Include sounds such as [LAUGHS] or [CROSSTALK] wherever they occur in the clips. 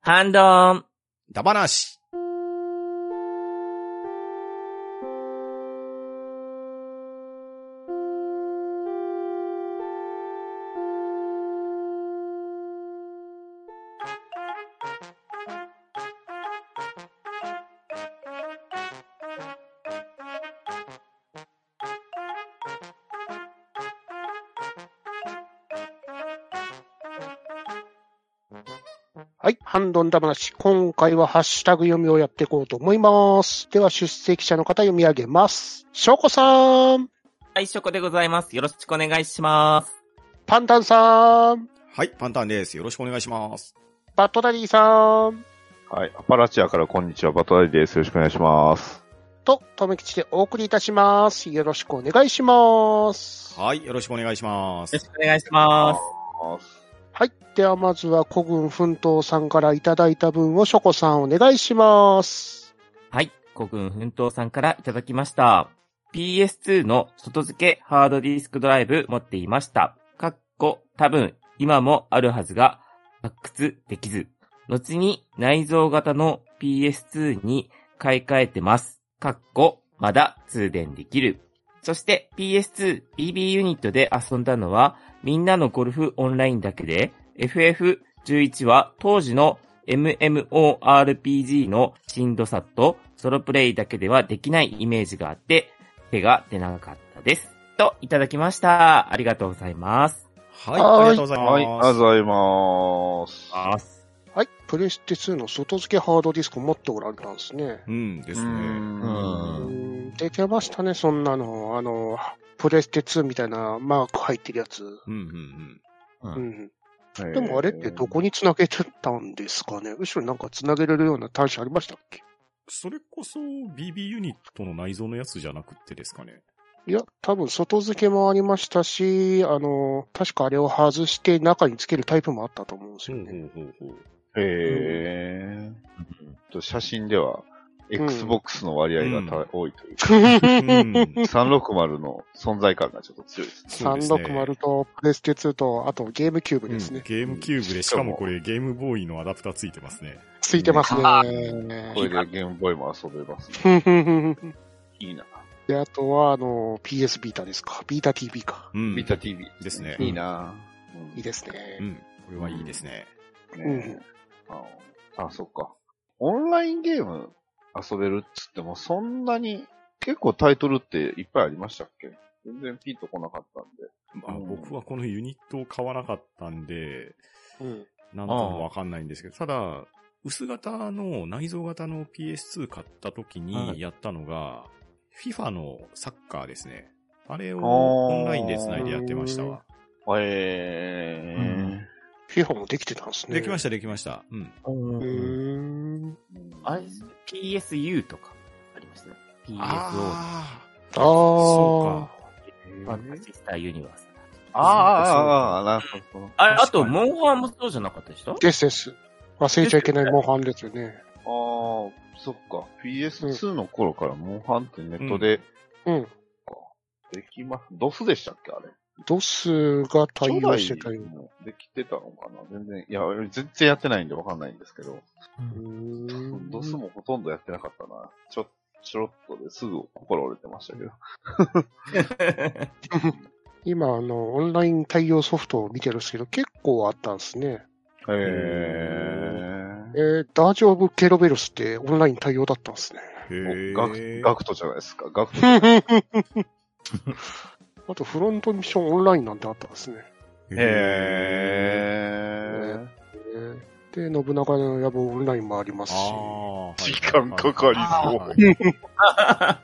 ハンドン。ダバなし。はい。ハンドンダ話。今回はハッシュタグ読みをやっていこうと思います。では、出席者の方読み上げます。しょうこさん、はい、ショコでございます。よろしくお願いします。パンタンさん、はい、パンタンです。よろしくお願いします。バットダディさん、はい。アパラチアからこんにちは、バトダイです。よろしくお願いします。と、とめきちでお送りいたします。よろしくお願いします。はい、よろしくお願いしまよろす。しくお願いします。はい。では、まずは古軍奮闘さんからいただいた分をしょこさんお願いします。はい、古軍奮闘さんからいただきました。PS2 の外付けハードディスクドライブ持っていました。かっこ、多分、今もあるはずが、発掘できず。後に内蔵型の PS2 に買い替えてます。かっこ、まだ通電できる。そして PS2 BB ユニットで遊んだのは、みんなのゴルフオンラインだけで、FF11 は当時の MMORPG のしんどさとソロプレイだけではできないイメージがあって、手が出なかったです。と、いただきました。ありがとうございます。はい、はあいりがとうございます。はい、ありがとうございます。はい。プレステ2の外付けハードディスクを持っておられたんですね。うんですうね。んうん出てましたね、そんなの。あの、プレステ2みたいなマーク入ってるやつ。うん、うん、うん。はいでもあれってどこにつなげてたんですかね後ろなんかつなげれるような端子ありましたっけそれこそ BB ユニットの内蔵のやつじゃなくてですかね。いや、多分外付けもありましたし、あの、確かあれを外して中につけるタイプもあったと思うんですほよう [LAUGHS] ね。ほうほうほう。えー、と写真では、うん Xbox の割合がた多いという [LAUGHS] か、うん、 360の存在感がちょっと強いですね。そうですね360とプレステ2と、あとゲームキューブですね。ゲームキューブで、しかもこれゲームボーイのアダプターついてますね。ついてますね。これでゲームボーイも遊べます、ね。いいな。 [LAUGHS] で、あとは、あの、PS ビータですか。ビータ TV か。うん。ビタ TV ですねいいな。うんいいですうね。ん。これはいいですね。ねああ、そっか。オンラインゲーム遊べるっつっても、そんなに、結構タイトルっていっぱいありましたっけ全然ピンとこなかったんで。あうん僕はこのユニットを買わなかったんで、うん。なんともわかんないんですけど、ただ、薄型の内蔵型の PS2 買った時はいにやったのが、FIFA のサッカーですね。あれをあーオンラインで繋いでやってましたわ。えーフ FIFA もできてたんですね。。できましたた、できました。うん。うーん。あれ ?PSU とかありましたね。PSO。あーああ。そファンタシスターユニバース。ああ、ああ、なるほど。あれ、あ確かと、にモンハンもそうじゃなかったでしょですです。忘れちゃいけないモンハンですよね。ああ、そっか。PS2 の頃からモンハンってネットでうん。できます。ドスでしたっけあれ。ドスが対応してたよ初。代もできてたのかな全然、いや、全然やってないんでわかんないんですけど。うーんドスもほとんどやってなかったな。ちょ、ちょろっとですぐ心折れてましたけど。今、あの、オンライン対応ソフトを見てるんですけど、結構あったんですね。へえー、ダージオブ・ケロベロスってオンライン対応だったんですね。へガーク、ガクトじゃないですか。ガクト。あと、フロントミッションオンラインなんてあったんですね。へーへえーで、信長の野望オンラインもありますし。あー。時間かかりそうりそう。あ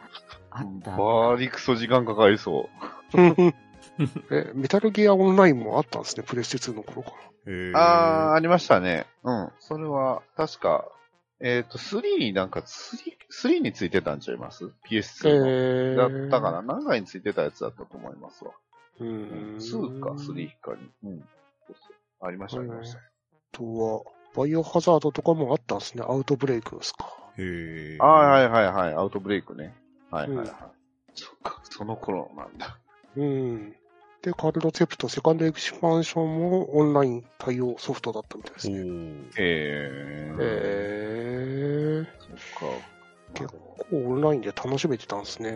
った。バーリクソ時間かかりそ [LAUGHS] え、メタルギアオンラインもあったんですね、プレステ2の頃から。へーう。あー、ありましたね。うん。それは、確か、えっ、と、3になんか、3、3についてたんちゃいます ?PS2 えの。だったかな何回についてたやつだったと思いますわ。ううんん。。2か3かに。うん。そうそうありました、ありました。あとは、バイオハザードとかもあったんですね。アウトブレイクですか。へー。。はいいはいはいはい、アウトブレイクね。はいはいはうい。んそっか、その頃なんだ。うん。で、カルドセプト、セカンドエクスパンションもオンライン対応ソフトだったみたいですね。へええそっか。結ー、オンラインで楽しめてたんです [LAUGHS] ね。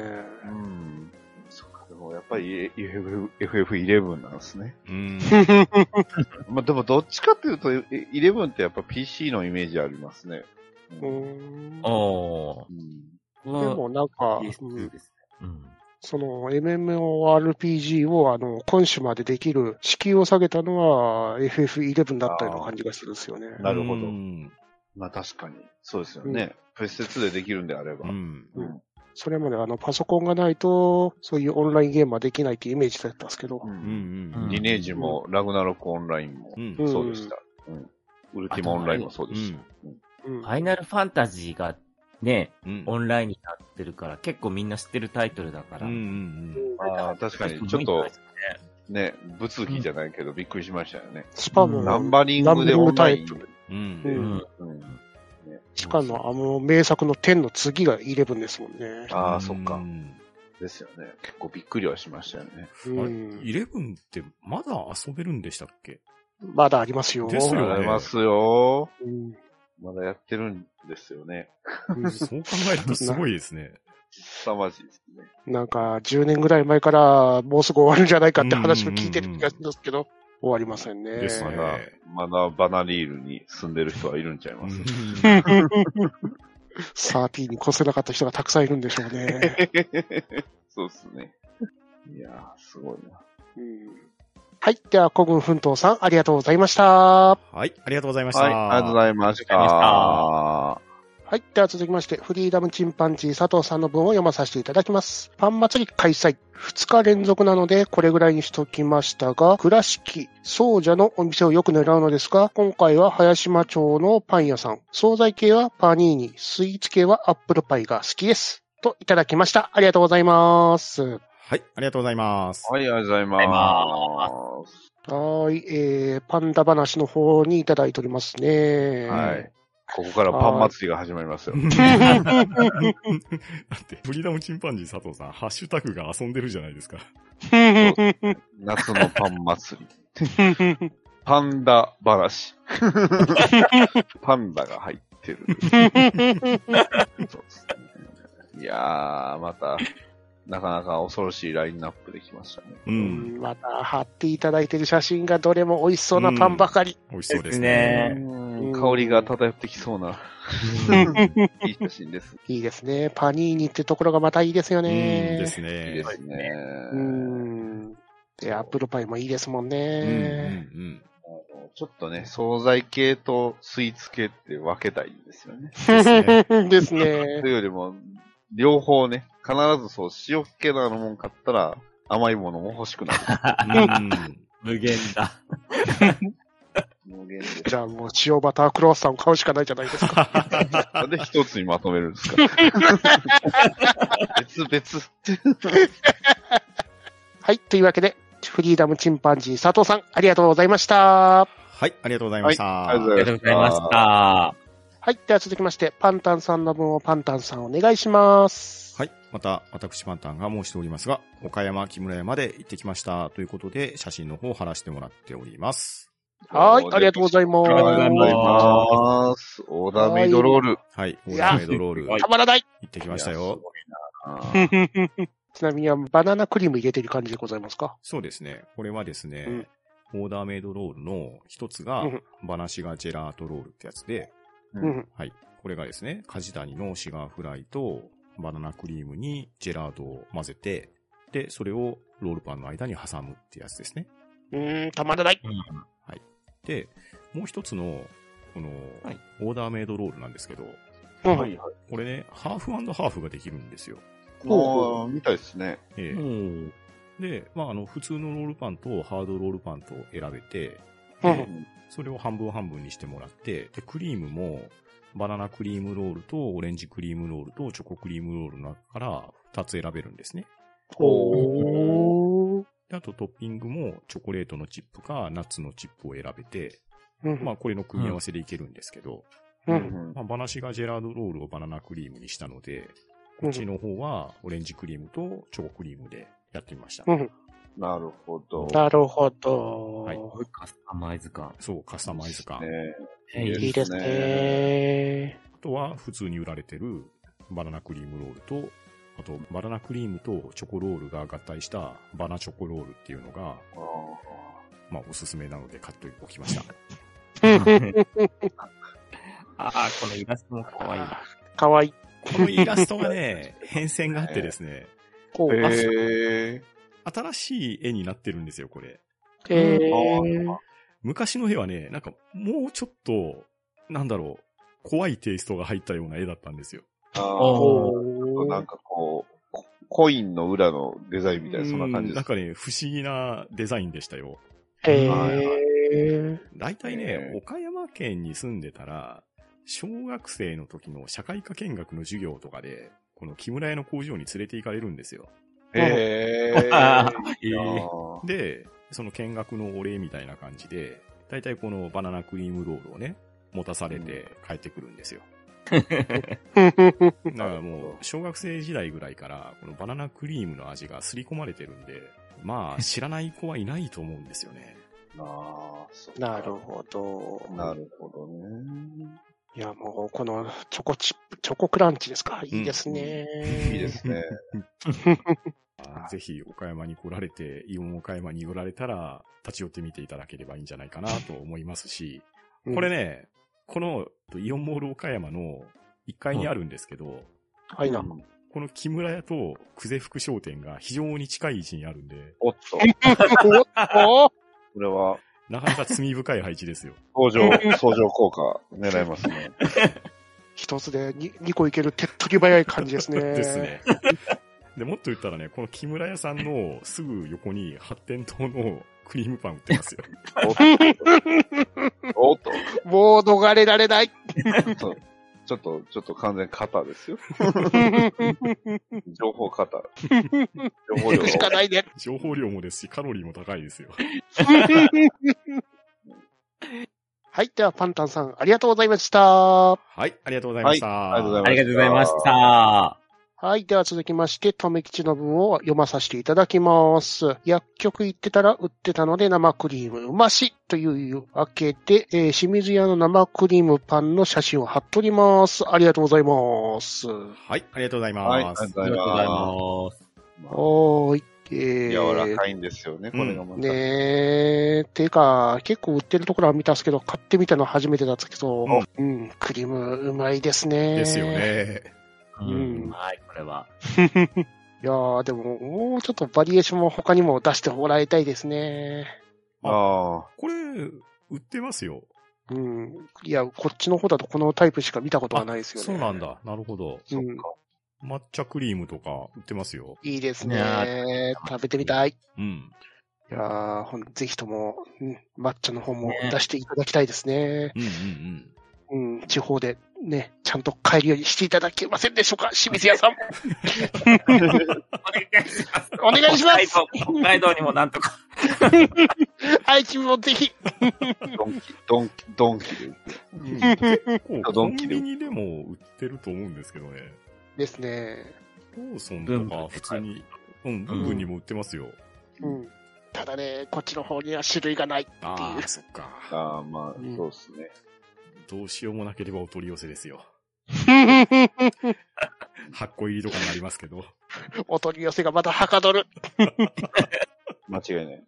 うん。そっか、でもやっぱり FF11 なんですね。うん。まあでもどっちかっていうと、え11ってやっぱ PC のイメージありますね。ううん。ん。でおー。このもなんか、うん PS2 ですね。うん。その MMORPG をあの、今週までできる、敷居を下げたのは FF11 だったような感じがするんですよね。 [LAUGHS] なるほどうん。まあ確かに。そうですよね。プレステ2でできるんであれば。うんうん。それまであの、パソコンがないと、そういうオンラインゲームはできないっていうイメージだったんですけどうう。んん。うんリネージュも、ラグナロクオンラインもう、ん。んそうでした。うん。ウルティマオンラインもそうでした。うんファイナルファンタジーがね、うん。オンラインになってるから、結構みんな知ってるタイトルだから。うんううんんああ、確かに、ちょっと、ね、物議じゃないけど、びっくりしましたよね。スパムナの、ンバリングでオンラインナンバリング。うん。うん。ううんん。うん。しかもあの、名作の10の次が11ですもんね。ああ、そっうか。んですよね。結構びっくりはしましたよね。うあれ、ん。 11ってまだ遊べるんでしたっけまだありますよ。ですよねありますよ。うんまだやってるんですよね。うんそう考えるとすごいです [LAUGHS] ね。凄まじいですね。なんか、10年ぐらい前から、もうすぐ終わるんじゃないかって話を聞いてる気がするんですけど、終わりませんね。ですまねだ、まだバナリールに住んでる人はいるんちゃいうます、んサーティーに越せなかった人がたくさんいるんでしょうね。 [LAUGHS] そうっすね。いやー、すごいな。うんはい。では、古軍奮闘さん、ありがとうございました。はい、ありがとうございました。はい、ありがとうございました。あはい。では続きまして、フリーダムチンパンジー佐藤さんの文を読まさせていただきます。パン祭り開催。2日連続なので、これぐらいにしときましたが、倉敷、総社のお店をよく狙うのですが、今回は林間町のパン屋さん。惣菜系はパニーニ、スイーツ系はアップルパイが好きです。といただきました。ありがとうございます。はい、ありがとうございます。はい、ありがとうございまありがとす。はい。えー、パンダ話の方にいただいておりますね。はい。ここからパン祭りが始まります [LAUGHS] よ。だって、フリーダムチンパンジー佐藤さん、ハッシュタグが遊んでるじゃないですか。夏のパン祭り。パンダ話。 [LAUGHS] パンダが入ってる。そうですね。いやー、また、なかなか恐ろしいラインナップできましたね。う。うん [LAUGHS] んまた貼っていただいてる写真がどれも美味しそうなパンばかり。美味しそうでですすねね。うん香りが漂ってきそうな、いい写真です。いいですね。パニーニってところがまたいいですようん、でね。すいいでね。すね。うん。で、アップルパイもいいですもんうん、ね。うん、ちょっとね、惣菜系とスイーツ系って分けたいんですよね。 [LAUGHS] ですとね。いうよりも、両方ね、必ずそう、塩っ気のあるもん買ったら、甘いものも欲しくなる。うん。無限だ。 [LAUGHS] 無限で。じゃあもう塩バタークロワッサンを買うしかないじゃないですか。なんで一つにまとめるんですか別別。はい。というわけで、フリーダムチンパンジー佐藤さん、ありがとうございました。はい、ありがとうございました。はいありありががとうございましたとうございました。はい。では続きまして、パンタンさんの分をパンタンさんお願いします。はい。また、私パンタンが申しておりますが、岡山、木村屋まで行ってきました。ということで、写真の方を貼らせてもらっております。はい。ありがとうございあます。りがとうございます。オーダーメイドロール。はい。オいーやダーメイドロール、は行いたまらない。 [LAUGHS] ってきましたよ。あーちなみに、バナナクリーム入れてる感じでございますかそうですね。これはですね、オーダーメイドロールの一つがうん、バナシガジェラートロールってやつで、ううんん。はい。これがですね、カジダニのシガーフライとバナナクリームにジェラートを混ぜて、で、それをロールパンの間に挟むってやつですね。うーん、たまらない。で、もう一つの、このはい、オーダーメイドロールなんですけど、うんはいはい。これね、ハーフハーフができるんですよ。もう、みたいですね。ええうんで、まあ、あの、普通のロールパンとハードロールパンと選べて、ううんんそれを半分半分にしてもらって、で、クリームも、バナナクリームロールとオレンジクリームロールとチョコクリームロールの中から2つ選べるんですね。ほー。で、あとトッピングもチョコレートのチップかナッツのチップを選べて、うんまあこれの組み合わせでいけるんですけど、う。うんんまあバナシがジェラードロールをバナナクリームにしたので、こっちの方はオレンジクリームとチョコクリームでやってみました。うん。なるほど。なるほど。はいカスタマイズ感。そう、カスタマイズ感。ねへいいいいですね。あとは普通に売られてるバナナクリームロールと、あとバナナクリームとチョコロールが合体したバナチョコロールっていうのが、あまあおすすめなので買っておきました。 [LAUGHS] ああ、このイラストも可愛い。かわいい。 [LAUGHS] このイラストがね、変遷があってですね、こう。ーへ新しい絵になってるんですよ、これ。ええー、昔の絵はね、なんかもうちょっと、なんだろう、怖いテイストが入ったような絵だったんですよ。おああおなんかこう、ココインの裏のデザインみたいな、そんな感うじでなんすかね、不思議なデザインでしたよ。えはいー、大体ねえ、ー岡山県に住んでたら、小学生の時の社会科見学の授業とかで、この木村屋の工場に連れて行かれるんですよ。へえ。あいいなえぁで、その見学のお礼みたいな感じで、大体このバナナクリームロールをね、持たされて帰ってくるんですよ。だからもう、小学生時代ぐらいから、このバナナクリームの味が刷り込まれてるんで、まあ、知らない子はいないと思うんですよね。あーそっか [LAUGHS] なるほど。なるほどね。いや、もう、このチョコチップ、チョコクランチですか。いいですね。いいですね。ぜひ、岡山に来られて、イオン岡山に寄られたら、立ち寄ってみていただければいいんじゃないかな [LAUGHS] と思いますし、うんこれ。ね、このイオンモール岡山の1階にあるんですけど、はいな。うんこの木村屋と久世福商店が非常に近い位置にあるんで、おっと、おおこれは、なかなか罪深い配置 [LAUGHS] ですよ。相乗、相乗効果狙いますね。一つでに2個いける手っ取り早い感じですね。です。ね。で、もっと言ったらね、この木村屋さんのすぐ横に発展堂のクリームパン売ってますよ。おっと、もう逃れられない。おっと、ちょっと、ちょっと完全型ですよ。情報型。情行報 [LAUGHS] 量くしかないね。情報量もですし、カロリーも高いですよ。はい。では、パンタンさん、ありがとうございました。はい、ありがとうございました。ありがとうございまありがとうございました。はい。では続きまして、とめきちの文を読まさせていただきます。薬局行ってたら売ってたので生クリームうましというわけで、えー清水屋の生クリームパンの写真を貼っとります。ありがとうございます。はい、ありがとうございはい、まありがとうす。ごありざがいとうございまます。す。おーい。えー、柔らかいんですよね、これがまた。ねえ、てか、結構売ってるところは見たんですけど、買ってみたの初めてだったけど、うん、クリームうまいですね。ですよ。ね。ううんん、はい、これは。いやー、でも、もうちょっとバリエーションも他にも出してもらいたいですね。あこれ、売ってますよ。うん。いや、こっちの方だとこのタイプしか見たことがないですよね。そうなんだ。なるほど。うん。抹茶クリームとか売ってますよ。いいですいやね。食べてみたい。いうん。やーほん、ぜひとも、うん、抹茶の方も出していただきたいですね。うんうんうん。うん、地方でね、ちゃんと買えるようにしていただけませんでしょうか清水屋さん。お願いします。お願いします北海道北海道にもなんとか。愛知もぜひ。あ、ドンキ、ドンキ、ドンキで。結構、ドコンンキでビニでも売ってると思うんですけどね。ですね。ローソンとか普通に、うん、ブンブンにも売ってますよ。うん。ただね、こっちの方には種類がない。ああ、そっか。ああ、まあ、そうですね。どうしようもなければお取り寄せですよ。 [LAUGHS] お8個入りとかになりますけど。取り寄せがまたはかどる。間違いない。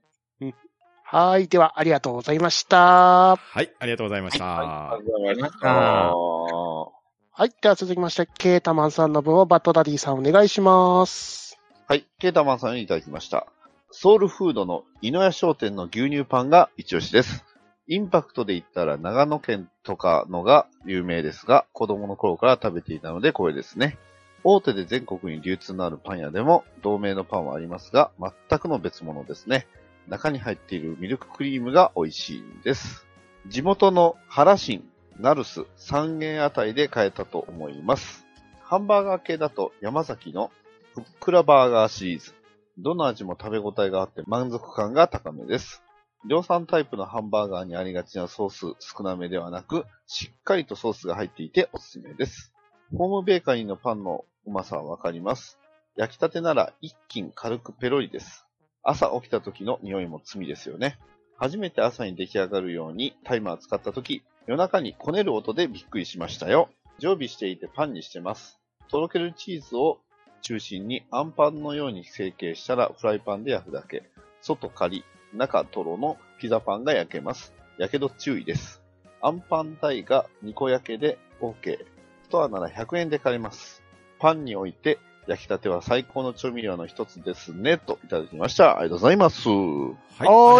はい。では、ありがとうございました。はい、ありがとうございました。あはりがとうございました。あはい。では続きまして、ケータマンさんの分をバッドダディさんお願いします。はい、ケータマンさんにいただきました。ソウルフードの井の屋商店の牛乳パンが一押しです。インパクトで言ったら長野県とかのが有名ですが、子供の頃から食べていたので光栄ですね。大手で全国に流通のあるパン屋でも同名のパンはありますが、全くの別物ですね。中に入っているミルククリームが美味しいんです。地元の原新、ナス3軒あたりで買えたと思います。ハンバーガー系だと山崎のふっくらバーガーシリーズ。どの味も食べ応えがあって満足感が高めです。量産タイプのハンバーガーにありがちなソース少なめではなく、しっかりとソースが入っていておすすめです。ホームベーカリーのパンのうまさはわかります。焼きたてなら一斤軽くペロリです。朝起きた時の匂いも罪ですよね。初めて朝に出来上がるようにタイマー使った時、夜中にこねる音でびっくりしましたよ。常備していてパンにしてます。とろけるチーズを中心にアンパンのように成形したらフライパンで焼くだけ。外カリ、中トロのピザパンが焼けます。やけど注意です。アンパン代が2個焼けで OK。ストアなら100円で買えます。パンにおいて焼きたては最高の調味料の一つですね、といただきました。ありがとうございます。は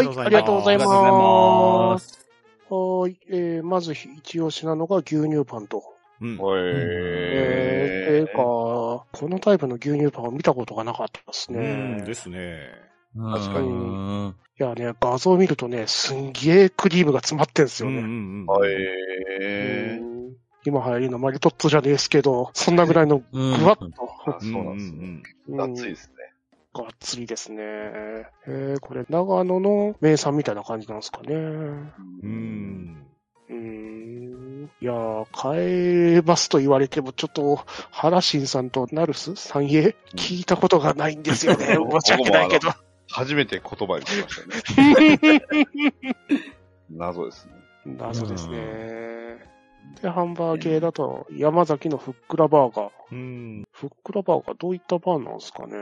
いありがとうございますありがとうございます。はい。えー、まず一押しなのが牛乳パンと。うん。おいえー、てか、このタイプの牛乳パンを見たことがなかったですうねん。。ですね。確かにうんいやね、画像を見るとね、すんげえクリームが詰まってんすようんうね。んうん。おいうん今流行りのマリトッツォじゃねえですけど、そんなぐらいのうんぐわっと。あそうなんですうんうんうんね。がっつりですね。がっつりですね。えー、これ、長野の名産みたいな感じなんですかね。うう。ん。ーん。いやー、帰れますと言われても、ちょっと、原新さんとナルスさんへ聞いたことがないんですよね。うん申し訳ないけど。初めて言葉にしましたね。謎ですね。謎ですね。で、ハンバーゲーだと、山崎のふっくらバーガー。うん。ふっくらバーガー、どういったバーなんですかね。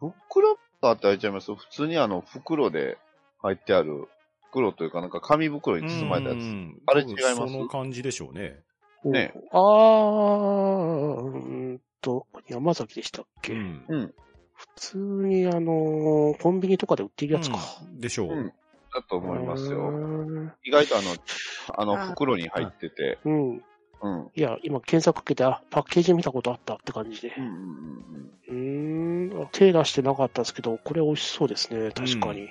ふっくらバーって開いちゃいます普通にあの、袋で入ってある、袋というかなんか紙袋に包まれたやうつ。んあれ違いますその感じでしょうね。ねあー、うーんと、山崎でしたっけ、うん。普通にあのーコンビニとかで売ってるやつか。でしょう。うんだと思いますよ。う意外とあの、ああの、袋に入ってて、ーん。うん。うん。うんいや、今検索かけて、あ、パッケージ見たことあったって感じでう。んうんうーん。手出してなかったですけど、これ美味しそうですね。確かに。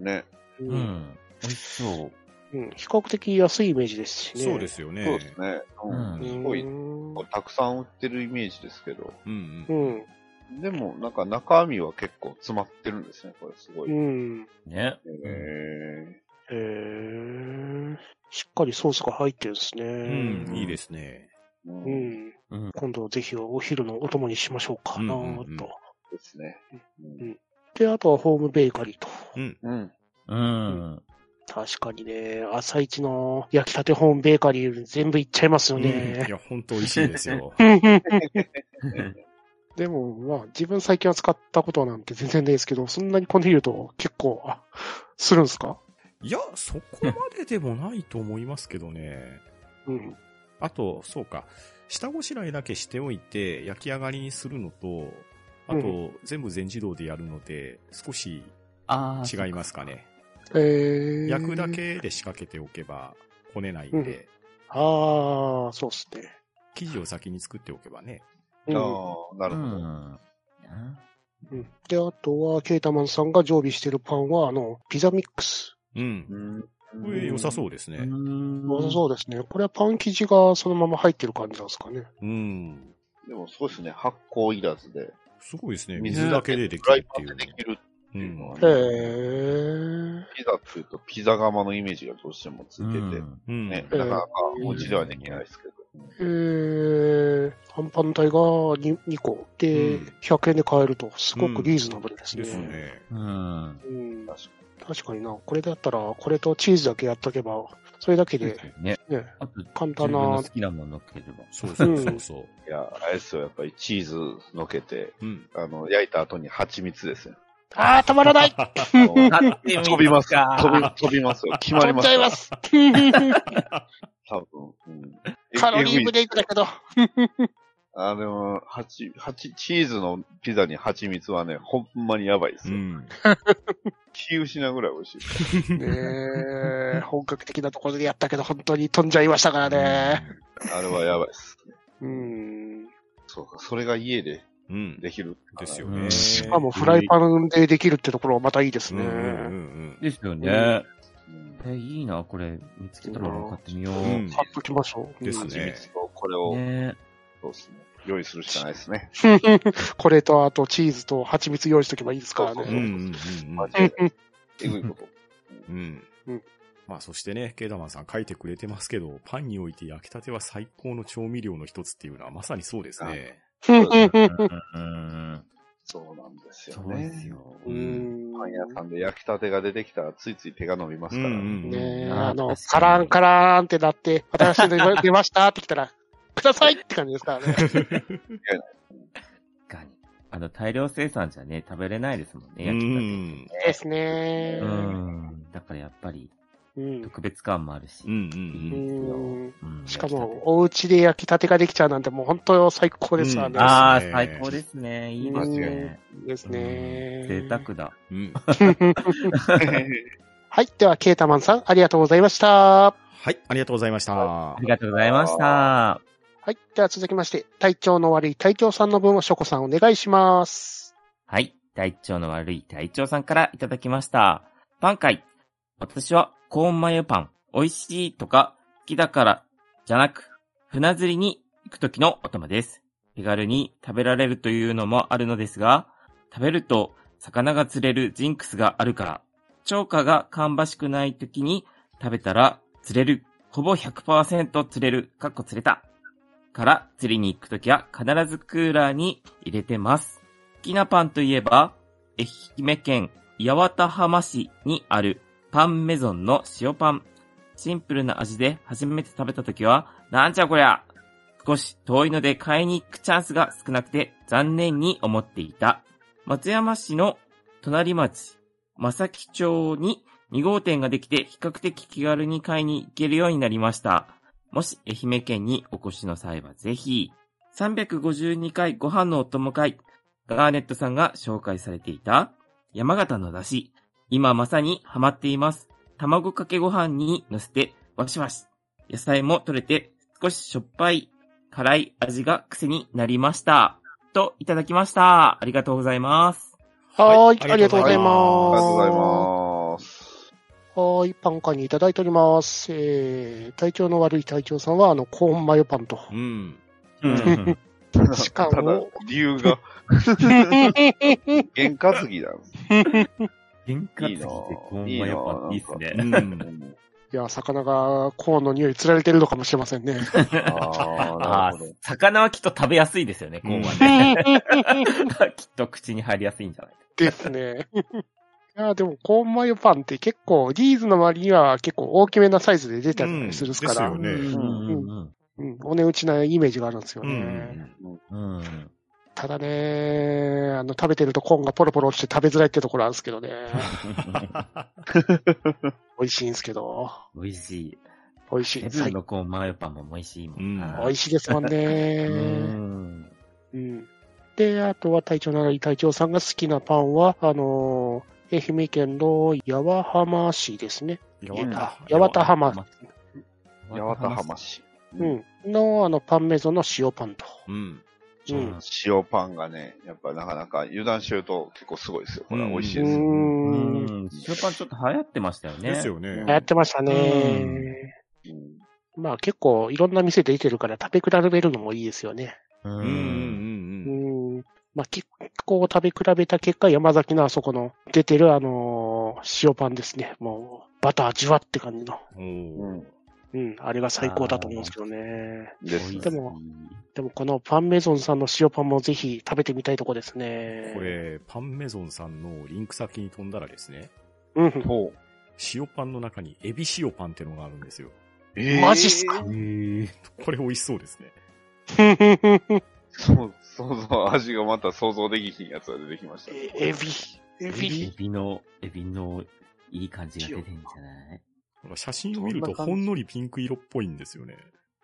うん。ね。うん。う。ん。美味しそう。うん比較的安いイメージですしね。そうですよね。そうですね。うん。うんすうごい、ん。たくさん売ってるイメージですけど。うんううん。ん。でも、なんか中身は結構詰まってるんですね、これすごい。うへん。ね。えへー。しっかりソースが入ってるんですね。うん。いいですね。ー。う。うんん。うん。今度ぜひお昼のお供にしましょうかなうんーうんうんと。ですね。うんで、あとはホームベーカリーと。うん。うん。確かにね、朝一の焼きたてホームベーカリー全部いっちゃいますようんいね。や、本当美味しいです [LAUGHS] よ。でも、まあ、自分最近は使ったことなんて全然ないですけど、そんなにこねると結構、あ、するんですかいや、そこまででもないと思いますけどね。うん。あと、そうか。下ごしらえだけしておいて、焼き上がりにするのと、あと、う全部全自動でやるので、少しああ。違いますかね。えー。焼くだ。けで仕掛けておけば、こねないんで、ああ、そうっすね。生地を先に作っておけばね。うんああ、なうるほど。ん。うんで、あとは、ケータマンさんが常備してるパンは、あの、ピザミックス。うん。うん。これ良さそうですね。良さんそうですね。これはパン生地がそのまま入ってる感じなんですかね。うん。でも少しね、発酵いらずで、すごいですね。水水だだけでけでででききるるっっててい。いううで。きるういうのんは。へねえ。ピザっていうとピザ窯のイメージがどうしてもついてて、うん。ね、うんなかなかお家ではできないですけど。えー、アンパン代が 2, 2個で、うん100円で買えると、すごくリーズナブルですね。ですね。うん。うん確か確かにな、これだったら、これとチーズだけやっとけば、それだけで、ね。ね、あと、簡自単分のな好、きなものければ。そうそうそうそう。に。いや、あれですよ、やっぱりチーズのけて、うん。あの、焼いた後に蜂蜜ですよ。あー、たまらないあの飛飛びますか飛び、飛びますよ。決まり [LAUGHS] 飛んますじゃいよ。ます [LAUGHS] 多分。うん、カロリーブで。レイクだけど。あの、蜂、蜂、チーズのピザに蜂蜜はね、ほんまにやばいですうよ。ん。気失うぐらい美味しい。ねえ、本格的なところでやったけど、本当に飛んじゃいましたからね。あれはやばいです。うん。そうか、それが家でうん。できる。ですようね。んしかもフライパンでできるってところはまたいいですうんうね。んうんですよね。うんえ、いいな、これ。見つけたら俺買ってみようう。ん。買っときましょう。です蜂ね蜜とこれを、ねそうですね。用意するしかないですね。これとあとチーズと蜂蜜用意しとけばいいですからそううんうそね。んマジうんで。えぐいこと。うん。ううんん。まあそしてね、ケイダマンさん書いてくれてますけど、パンにおいて焼きたては最高の調味料の一つっていうのはまさにそうですね。そうですねうん。そうなんですよそね。うですよ。うーん。パン屋さんで焼きたてが出てきたらついつい手が伸びますから。 [LAUGHS] うんねえ、うんあの、確かカにランカラーンってなって、新しいの出ましたって来 [LAUGHS] たら、くださいって感じですからね。確かに。あの、大量生産じゃね、食べれないですもんね、う焼きたて。ん。ですね。うん。だからやっぱり、うん。特別感もあるし。うんうんいいですようんうんしか焼きたもて、お家で焼きたてができちゃうなんて、もう本当最高ですわうんね。ああ、ね最高ですね。いいです間違いねな。ですね。贅沢だ。うんうん。 [LAUGHS] はい。では、ケータマンさん、ありがとうございました。はい、ありがとうございました。ありがとうございました。はい。では続きまして、体調の悪い隊長さんの分をショコさんお願いします。はい。体調の悪い隊長さんからいただきました。パン会。私はコーンマヨパン、美味しいとか、好きだから、じゃなく、船釣りに行く時のお供です。手軽に食べられるというのもあるのですが、食べると魚が釣れるジンクスがあるから、釣果が芳しくない時に食べたら釣れる、ほぼ100%釣れる、かっこ釣れた。から釣りに行く時は必ずクーラーに入れてます。好きなパンといえば、愛媛県八幡浜市にあるパンメゾンの塩パン。シンプルな味で初めて食べた時は、なんじゃこりゃ少し遠いので買いに行くチャンスが少なくて残念に思っていた。松山市の隣町、正木町に2号店ができて比較的気軽に買いに行けるようになりました。もし愛媛県にお越しの際はぜひ、352回ご飯のお供会、ガーネットさんが紹介されていた山形の出汁。今まさにハマっています。卵かけご飯に乗せてわしわし。野菜も取れて少ししょっぱい、辛い味が癖になりました。といただきました。ありがとうございます。ははいーい。ありがとうございあます。りがとうござい [LAUGHS] ます。はーい、パン会にいただいております。えー、体調の悪い隊長さんは、あの、コーンマヨパンと。うん。 [LAUGHS] うん。しかただも、、理由が、原価継ぎなんです。原価い付いきでなこんまやっぱいいっすうね。ん。いや、魚がコーンの匂い釣られてるのかもしれませ [LAUGHS] んね。あああ、な [LAUGHS] あるほど。、魚はきっと食べやすいですよね、こうはね。きっと口に入りやすいんじゃないですね。いや、でも、コーンマヨパンって結構、リーズの周りには結構大きめなサイズで出てたりするから、うんですうんよねうんうんお値打ちなイメージがあるんですようね。ん。うん。うん。ただね、あの、食べてるとコーンがポロポロ落ちて食べづらいってところあるんですけ [LAUGHS] どね。美味しいんですけど。美味しい。美味セしい。ブ最ンのコーンマヨパンも美味しいもんうんな。美味しいですもん [LAUGHS] ね。うん。うん。で、あとは隊長の長井隊長さんが好きなパンは、あのー愛媛県の八幡浜市ですね。うんあ八幡浜、八幡浜市。うん、の、あの、パンメゾンの塩パンと。うん。ううんん。塩パンがね、やっぱなかなか油断しようと結構すごいですよ。これは美味しいですよ。ううーん。ん。塩パンちょっと流行ってましたよね。ですよね。流行ってましたね。うんまあ結構いろんな店で出てるから食べ比べるのもいいですよね。う。うんんうんううんん。まあ結構食べ比べた結果、山崎のあそこの出てるあのー塩パンですね。もう、バターじわって感じの。おー。うん。あれが最高だと思うんですけどね。です美味しいねで。もでもこのパンメゾンさんの塩パンもぜひ食べてみたいとこですね。こ。れ、パンメゾンさんのリンク先に飛んだらですね、うん。ほ塩パンの中にエビ塩パンってのがあるんですよ。うえーマジっすかこれ美味しそうですね。そう、そうそう、味がまた想像できひんやつが出てきましたね。 [LAUGHS] エビ。エエビビ。の、エビのいい感じが出てんじゃないこの写真を見るとほんのりピンク色っぽいんですよね。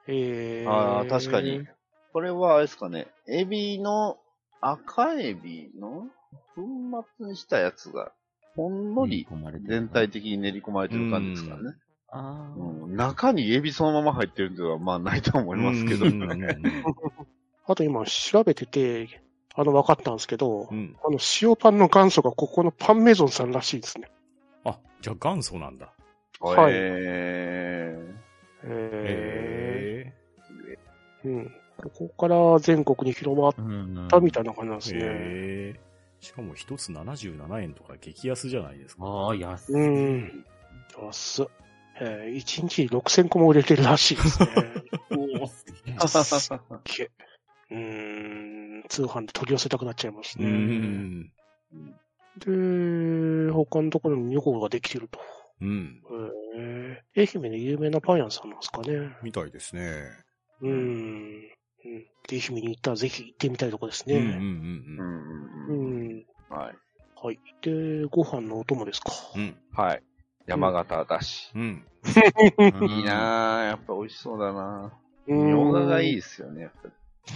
えーああ、確かに。。これはあれですかね、エビの、赤エビの粉末にしたやつが、ほんのり全体的に練り込まれてる感じですからね。ああ。うん中にエビそのまま入ってるっていうのはまあないと思いますけど。うんうんうんあと今調べてて、あの、分かったんですけど、うん。あの、塩パンの元祖がここのパンメゾンさんらしいですね。あ、じゃあ元祖なんだ。はいええへーうん。ここから全国に広まっうんたみたいな感じなんでえ。すね。へえ。しかも一つ77円とか激安じゃないですか。ああ、安い。うん。安っ。えー、1日6000個も売れてるらしいですね。おお、すげえすっげえうーん、通販で取り寄せたくなっちゃいますうね。ん。で、他のところにも横ができてると。うん。へえ愛媛で有名なパン屋さんなんですかね。みたいですね。うん。うん、で愛媛に行ったらぜひ行ってみたいとこですうんうんね。ううんんううんん。うん。はい。はい。で、ご飯のお供ですか。うん。うん。はい。山形だし。うん。いいなぁ。やっぱ美味しそうだなうぁ。みんょうががいいですよね。やっ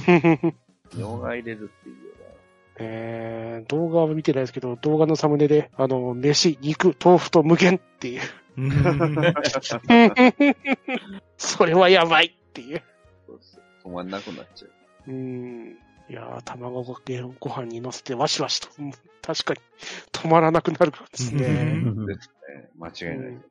ぱへりみょうが入れるっていうよ [LAUGHS] え動画は見てないですけど、動画のサムネで、あの、飯、肉、豆腐と無限っていう。うん。それはやばいっていう。うな。そうそう止まんなくなっちゃう。うん。いやー、卵かけご飯に乗せてワシワシと。うん確かに、止まらなくなるですね。ですね。間違いない。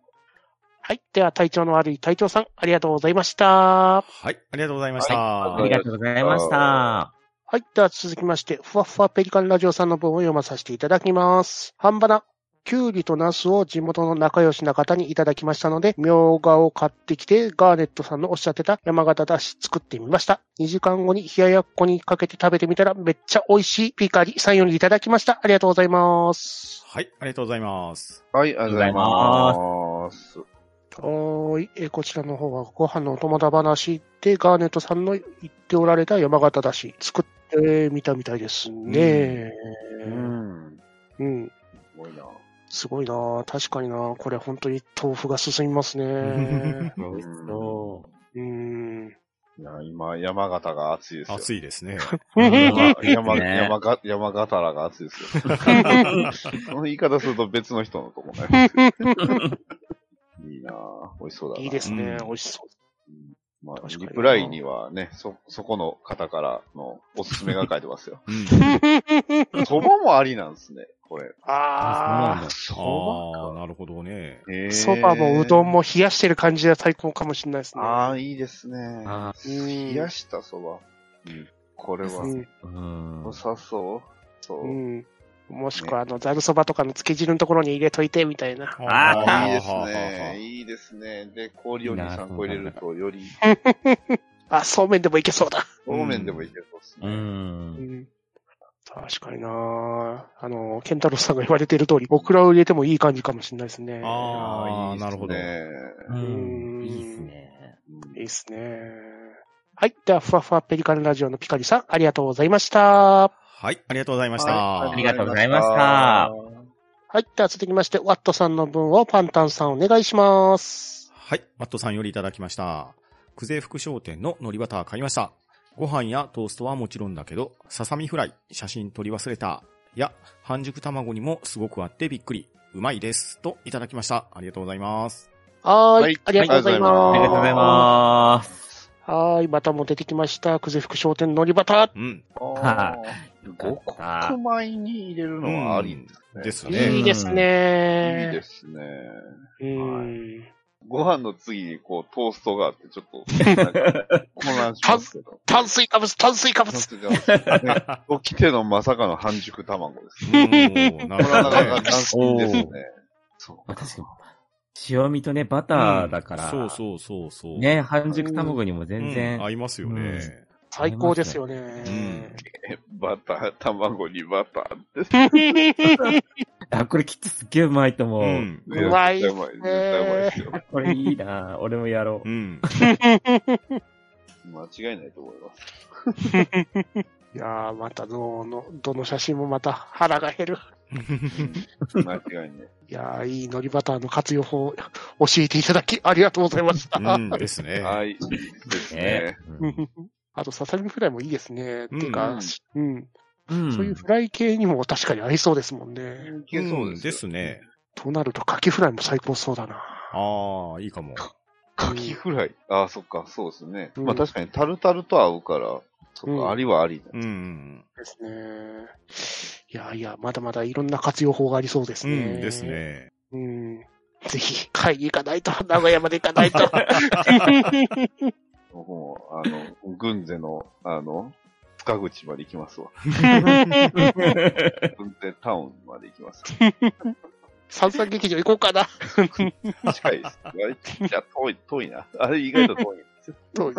はい。では、体調の悪い隊長さん、ありがとうございました。はい。ありがとうございました。ありがとうございました。はい。では続きまして、ふわふわペリカンラジオさんの文を読まさせていただきます。半ばな。きゅうりとナスを地元の仲良しな方にいただきましたので、みょうがを買ってきて、ガーネットさんのおっしゃってた山形だし作ってみました。2時間後に冷ややっこにかけて食べてみたらめっちゃ美味しいピカリさんよりいただきました。ありがとうございます。はい。ありがとうございます。はい、ありがとうございます。はーい。えーこちらの方はご飯のお友達話で、ガーネットさんの言っておられた山形だし、作ってみたみたいですね。うん。うん。すごいなぁ。すごいなあ確かになあこれ本当に豆腐が進みますね。美味しそうーん。いや、今、山形が暑いですよ。暑いですね。山暑いです山、ね山が、山形らが暑いですよ。 [LAUGHS] その言い方すると別の人のともね。いいなぁ。美味しそうだな。いいですね。うん美味しそう。まあ、確かにリプライにはね、そ、そこの方からのおすすめが書いてますよ。 [LAUGHS] うん。そばもありなんですね、これ。ああ、そああ、なるほどね。へーそばもうどんも冷やしてる感じが最高かもしれないですね。ああ、いいですね。あうん冷やしたそば。うんこれはう、ん。うん良さそう。そうう。ん。もしくは、あの、ざるそばとかの漬け汁のところに入れといて、みたいな。いあいですはあはあはあね。いいですね。で、氷を2、3個入れると、より、あ、そうめんでもいけそうだ。そうめんでもいけそうですうね。ん。うん。確かになあの、ケンタロウさんが言われてる通り、オクラを入れてもいい感じかもしれないですね。ああ、いやなるーほど。いいうんいいですね。いいですね。はい。では、ふわふわペリカンラジオのピカリさん、ありがとうございました。はい。ありがとうございましすねた。はいありがとうございました [LAUGHS] はい。では、続きまして、ワットさんの分をパンタンさんお願いします。はい。マットさんよりいただきました。久世福商店の海苔バター買いました。ご飯やトーストはもちろんだけど、ささみフライ、写真撮り忘れた。や、半熟卵にもすごくあってびっくり。うまいです。といただきました。ありがとうございます。はーい,、はいありがとうございまあす。りがとうございます。す。はーい。またも出てきました。久世福商店のりバタうん。あー。か五った穀米に入れるのはありですね。ですー。いね。いですね。いいですね。うん。ご飯の次にこうトーストがあって、ちょっ [LAUGHS] と、なんか混乱しますけど。炭水化物、炭水化物。ね起きてのまさかの半熟卵でうす。んなこるれはほどなかねなか斬新ですねお。そう確かに。塩味とね、バターだから。そうそうそうそう。ね、半熟卵にも全うん然。合いますよね。最高ですよね。バター、卵にバターって。あ、これきっとすっげえうまいと思う。うん。うまいっすね絶対うまい。絶対うまいですよ。これいいな俺もやろうう。ん。間違いないと思い [LAUGHS] ます。 [LAUGHS] いやー、またどの、どの写真もまた腹が減る。間違いない。いやー、いいのりバターの活用法 [LAUGHS] を教えていただき、ありがとうございました。うんですね。はい、いいですねね。うんあと、ささみフライもいいですね。うんっていうか、うん、うんそういうフライ系にも確かに合いそうですもんね。いけそううんですでよす。ね。となると、カキフライも最高そうだな。ああ、いいかも。カキフライ。ああ、そっか、そうですね。うんまあ確かにタルタルと合うから、そっうんか、ありはありだ。うん。ですね。いやいや、まだまだいろんな活用法がありそうですうね。んです。ね。うん。ぜひ、買いに行かないと、名古屋まで行かないと。僕も、あの、軍勢の、あの、塚口まで行きますわ。軍勢タウンまで行きます。三々劇場行こうかな。近いです。あれ、じゃあ遠い、遠いな。あれ意外と遠いんですよ。そう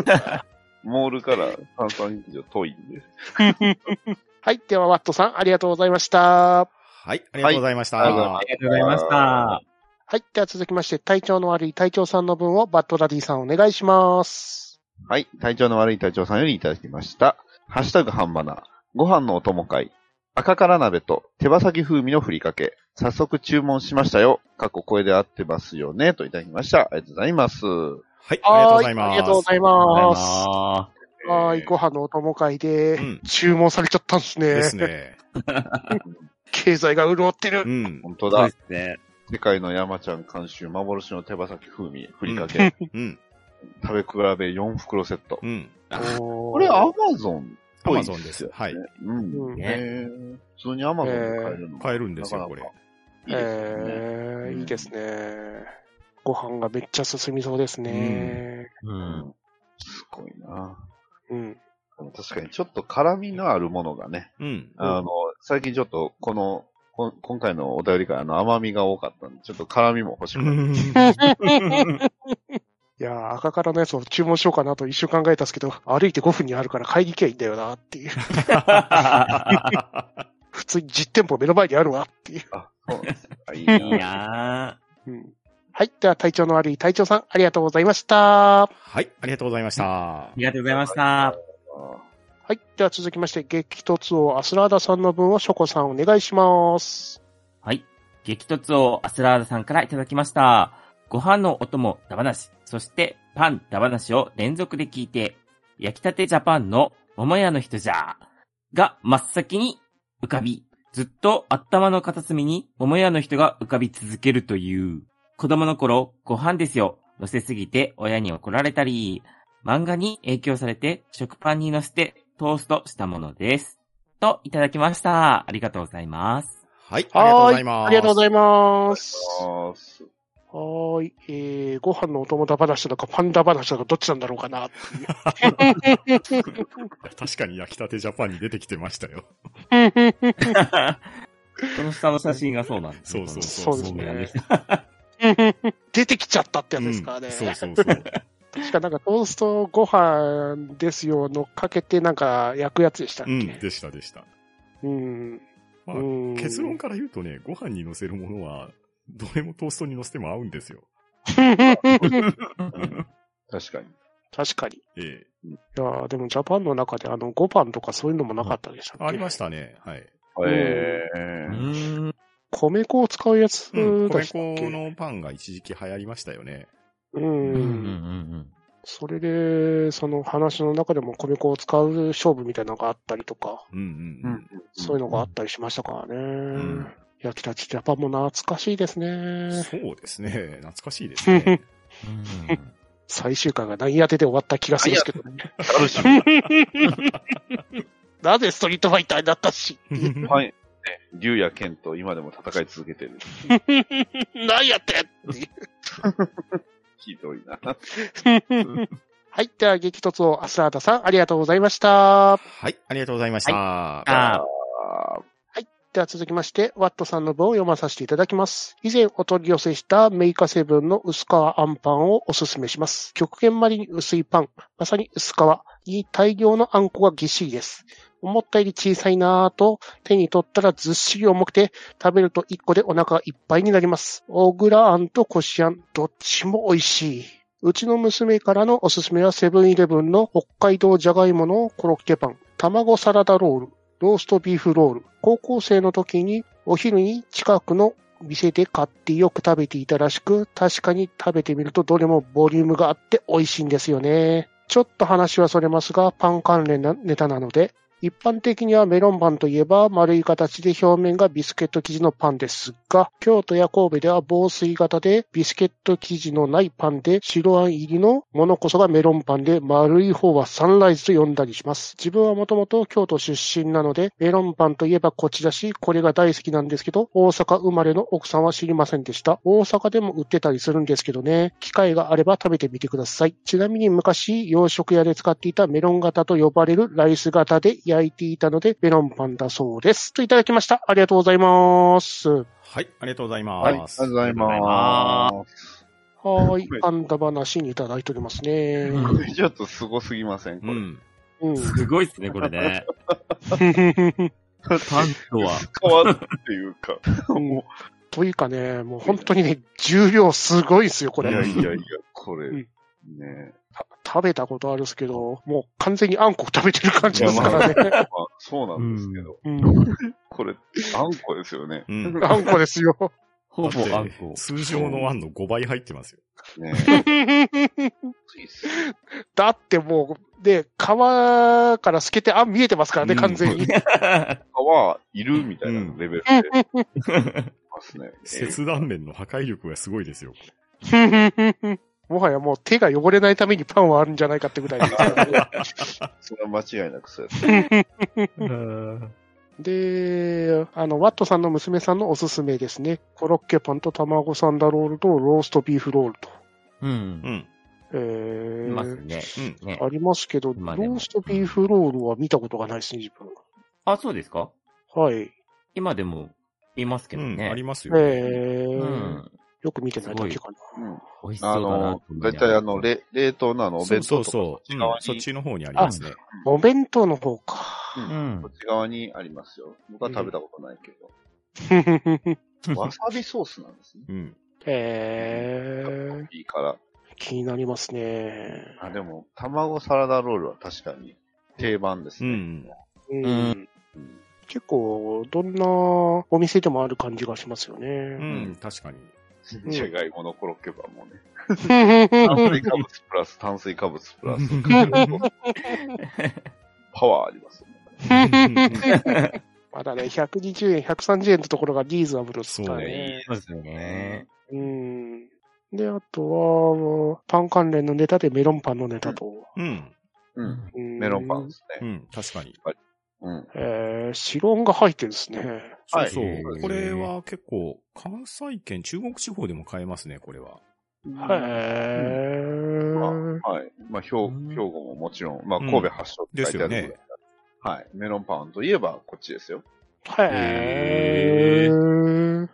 モールから炭酸飲料遠いんで。はい。では、ワットさん、ありがとうございましはた。い、ありがとうございました。はいありがとうございまありがとうございました。はい。では続きまして、体調の悪い隊長さんの分をバッドダディさんお願いします。はい。体調の悪い隊長さんよりいただきました。ハッシュタグ半ばな。ご飯のお供会。赤から鍋と手羽先風味のふりかけ。早速注文しましたよ。過去声で合ってますよね。といただきました。ありがとうございます。はい、ありがとうございはます。ありがとうございあます。あはい。えーご飯のお供会でうん、注文されちゃったんですね。ですね。経済が潤ってうる。ん。本当ー。そうだで。すね。世界の山ちゃん監修、幻の手羽先風味、ふりかけ、うん。食べ比べ4袋セット。うん。ここれアマゾンアマゾンです。はい。うん。うんねね普通にアマゾンで買えるの。買えるんですよ、これ。いいですねえうーんいいですね。ご飯がめっちゃ進みそうですね。うん。すごいな。うん。確かに、ちょっと辛みのあるものがね。うん。あの、最近ちょっと、この、こ今回のお便りからの甘みが多かったんで、ちょっと辛みも欲しくなる。いやー赤からのやつを注文しようかなと一瞬考えたんですけど、歩いて5分にあるから買いに行きゃいいんだよなっていう。普通に実店舗目の前にあるわっていう。あ、そうなんですか。いい [LAUGHS] いいな。なうんはい。では、体調の悪い隊長さん、ありがとうございました。ははい、ありがとうございました。あはりがとうございました。い。では、続きまして、激突王アスラーダさんの分をショコさんお願いします。はい。激突をアスラーダさんからいただきました。ご飯のお供、ダバなし、そしてパン、ダバなしを連続で聞いて、焼きたてジャパンの桃屋の人じゃが真っ先に浮かび、ずっと頭の片隅に桃屋の人が浮かび続けるという。子供の頃、ご飯ですよ、乗せすぎて親に怒られたり、漫画に影響されて食パンに乗せてトーストしたものです。と、いただきました。ありがとうございます。い、ありがとうございはます。ーありがとうございます。あーすはーい。えー、ご飯のお供だ話だかパンダ話だかどっちなんだろう [LAUGHS] かな。確かに焼きたてジャパンに出てきてましたよ。この下の写真がそうなんですそうそうそうですそうなんでねす。出てきちゃったってやつですからね。うんそうそうそう。確かなんかトーストご飯ですよのかけてなんか焼くやつでしたっうん、け、 [LAUGHS] でしたでした。うんまあうん結論から言うとね、ご飯に乗せるものは、どれもトーストに乗せても合うんですよ。 [LAUGHS] 確かに。確かに。い [LAUGHS] ええやーでもジャパンの中であの5番とかそういうのもなかったでしたっけ、ありましたね。はい。んえうーーん。米粉を使うやつうん、で米したっけ、粉のパンが一時期流行りましたよね。ううんうんんうんそれで、その話の中でも米粉を使う勝負みたいなのがあったりとか、うんうんうん。そういうのがあったりしましたからね。ん焼きたちジャパンも懐かしいですね。そうですね。懐かしいです [LAUGHS] ね。うん。最終回が何当てで終わった気がするんですけどね。ある種、なぜストリートファイターになったし、パン、ね竜や剣と今でも戦い続けてる。何やってっていうひどいな。 [LAUGHS] はい。では、激突をアスラーダさん、ありがとうございました。はい、ありがとうございました。ああでは続きまして、ワットさんの文を読まさせていただきます。以前お取り寄せしたメイカセブンの薄皮あんパンをおすすめします。極限までに薄いパン、まさに薄皮に大量のあんこがぎっしりです。思ったより小さいなぁと、手に取ったらずっしり重くて、食べると1個でお腹がいっぱいになります。大蔵あんとこしあん、どっちも美味しい。うちの娘からのおすすめはセブンイレブンの北海道じゃがいものコロッケパン、卵サラダロール、ローストビーフロール。高校生の時にお昼に近くの店で買ってよく食べていたらしく、確かに食べてみるとどれもボリュームがあって美味しいんですよね。ちょっと話はそれますが、パン関連なネタなので、一般的にはメロンパンといえば丸い形で表面がビスケット生地のパンですが、京都や神戸では防水型でビスケット生地のないパンで白あん入りのものこそがメロンパンで丸い方はサンライズと呼んだりします。自分はもともと京都出身なのでメロンパンといえばこっちだし、これが大好きなんですけど、大阪生まれの奥さんは知りませんでした。大阪でも売ってたりするんですけどね、機会があれば食べてみてください。ちなみに昔洋食屋で使っていたメロン型と呼ばれるライス型で焼いていたのでメロンパンだそうです。といただきました。ありがとうございます。はい、ありがとうございーはい、ありまがす。とうございありがとうます。はーいは。いパンダ話にいただいておりますね。これちょっと凄すぎませんうこれ。 [LAUGHS] ん。うん。すごいっすね、これね。パンとは。変わっていうか。も [LAUGHS] というかね、もう本当にね、重量すごいですよ、こう、いやれ。いやいや、これ、うんね。た食べたことあるんですけど、もう完全にあんこ食べてる感じですからね。まあ、そうなんですけど、うんこれ、あんこですよね。 [LAUGHS] うんあんこですよ。ほぼだあっんてこ。通常のあんの5倍入ってますよ。ね熱いっすだってもう、で、皮から透けてあん見えてますからね、うん完全に。はいるみたいなレベルで、ますね。切断面の破壊力がすごいですよ。もはやもう手が汚れないためにパンはあるんじゃないかってぐらいですからね。それは間違いなくそうです。で、あの、ワットさんの娘さんのおすすめですね。コロッケパンと卵サンダロールとローストビーフロールと。うんう。ん。えいますー、ね。うん。ねありますけど、ロまあでもーストビーフロールは見たことがないですね、自分。あ、そうですかはい。今でも見ますけどうん。ね。ありますえよね。うー、ん。よく見てないだけかな。うん美味しそうあだなのと、思だいいながたいらあの、れ冷凍のあの、おそ弁うそ当うとかそう。こっちうん側そっに、ちの方にありますね。お弁当の方か。 [LAUGHS] ううんんこ。っち側にありますよ。僕は食べたことないけど。わさびソースなんですね。うん。えー、いいから。気になりますね。あ、でも、卵サラダロールは確かに定番ですうね。ん。うんうんうん結構、どんなお店でもある感じがしますようね。ん。確 [LAUGHS] かに。じゃがいものコロッケパンもね。炭う水化物プラス、炭水化物プラ [LAUGHS] ス、パワーありますよね。 [LAUGHS] まだね、120円、130円のところがリーズナブルですからそうね。ねそうですよね。うん。で、あとは、パン関連のネタでメロンパンのネタと。うん。うん。うんメロンパンで。すうね。ん。確かに。うん。えー、白音が入ってるんですね。そうはいそう。これは結構、関西圏、中国地方でも買えますね、これは。へー。はい。まあ、兵うん兵庫ももちろん、まあ、神戸発祥って書いてあるぐらいうんですはい。メロンパンといえばこっちですよ。へー。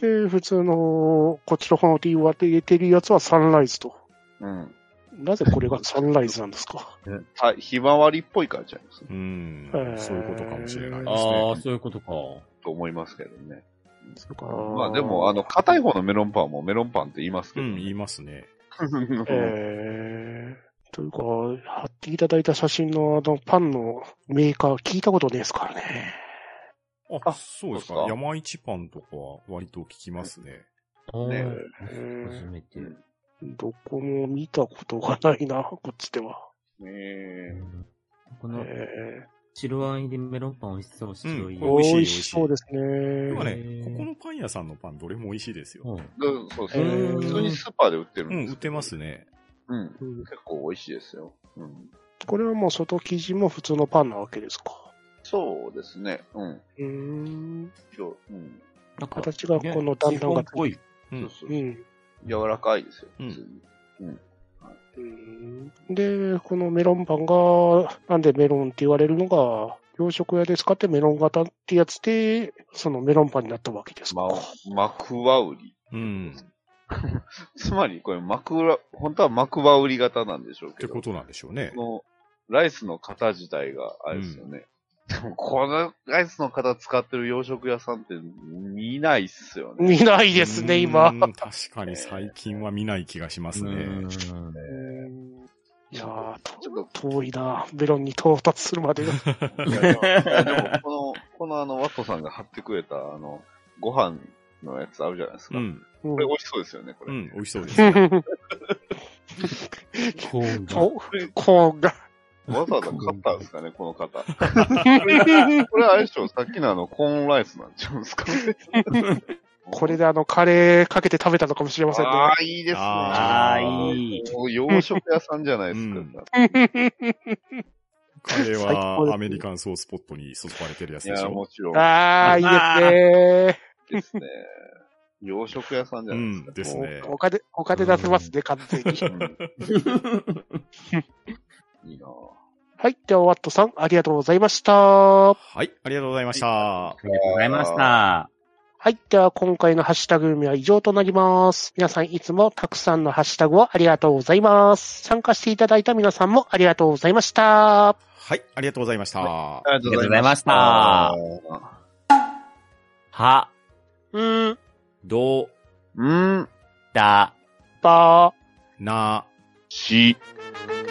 で、普通の、こっちの方で言われてるやつはサンライズと。うん。なぜこれがサンライズなんですかあひまわりっぽいからちゃいますうんへー。そういうことかもしれないですね。ああ、そういうことか。と思いますけどね。ままあ、でも、あの、硬い方のメロンパンもメロンパンって言いますけうどん、言ね。いますね。えー、というか、貼っていただいた写真のあのパンのメーカー聞いたことねえですからね。あ、そうですかそう。ですか山一パンとかは割と聞きますね。ね初めて。どこも見たことがないな、こっちでは。えこえの白あん入りメロンパン美味しそう、白い。うんーこ美れ味しい美味しそうですでねも。へね、ーここのパン屋さんのパンどれも美味しいですよ。うんーそうですえね。ー普通にスーパーで売ってるんうですん、売ってますね。ね。うん。うん結構美味しいですよ。うん。これはもう外生地も普通のパンなわけですか。そうですね。うん。うーん。今日、うん。なんか形がこの段日々本がっ。ぽい。う。そうんそうう。ん。柔らかいですよ、うん普通に。うんで、このメロンパンが、なんでメロンって言われるのが、洋食屋で使ってメロン型ってやつで、そのメロンパンになったわけですか。ま、マクワウリ。うん。つまり、これ、マクラ、本当はマクワウリ型なんでしょうっけてど。ことなんでしょうねこ。の、ライスの型自体が、あれですよね。でも、このライスの型使ってる洋食屋さんって見ないっすよね。見ないですね、今う。ん。確かに最近は見ない気がしますね。うんいやーとちょっ遠いな、メロンに到達するまでが。と、いやいやでも、この、このあの、ワットさんが貼ってくれた、あの、ご飯のやつあるじゃないですうか。ん。うんこれ美味しそうですよね、こうれ。ん、美味しそうです。こうがおコーンが。わざわざ買ったんですかね、この方。これ、あれでしょ、さっきのあの、コーンライスなんちゃうんですかね。 [LAUGHS] これであの、カレーかけて食べたのかもしれませんね。ああ、いいですね。あーいいもう洋食屋さんじゃないですか。うんカレー最高ですはアメリカンソースポットに注がれてるやついでしや、ょも。ちろん [LAUGHS] あー、いいですね。ですね。洋食屋さんじゃうないん、でですすか。ね。他で、他で出せますね、完全 [LAUGHS] に。 [LAUGHS] うんいいなぁ。はい。では、ワットさん、ありがとうございました。ははい、ありがとうございました。ありがとうございました。はい。では、今回のハッシュタグ組は以上となります。皆さんいつもたくさんのハッシュタグをありがとうございます。参加していただいた皆さんもありがとうございました。はい、ありがとうございました。はありがとうございましたがとうございましたは、うーん、ど、うん。だ、ばー。なし。な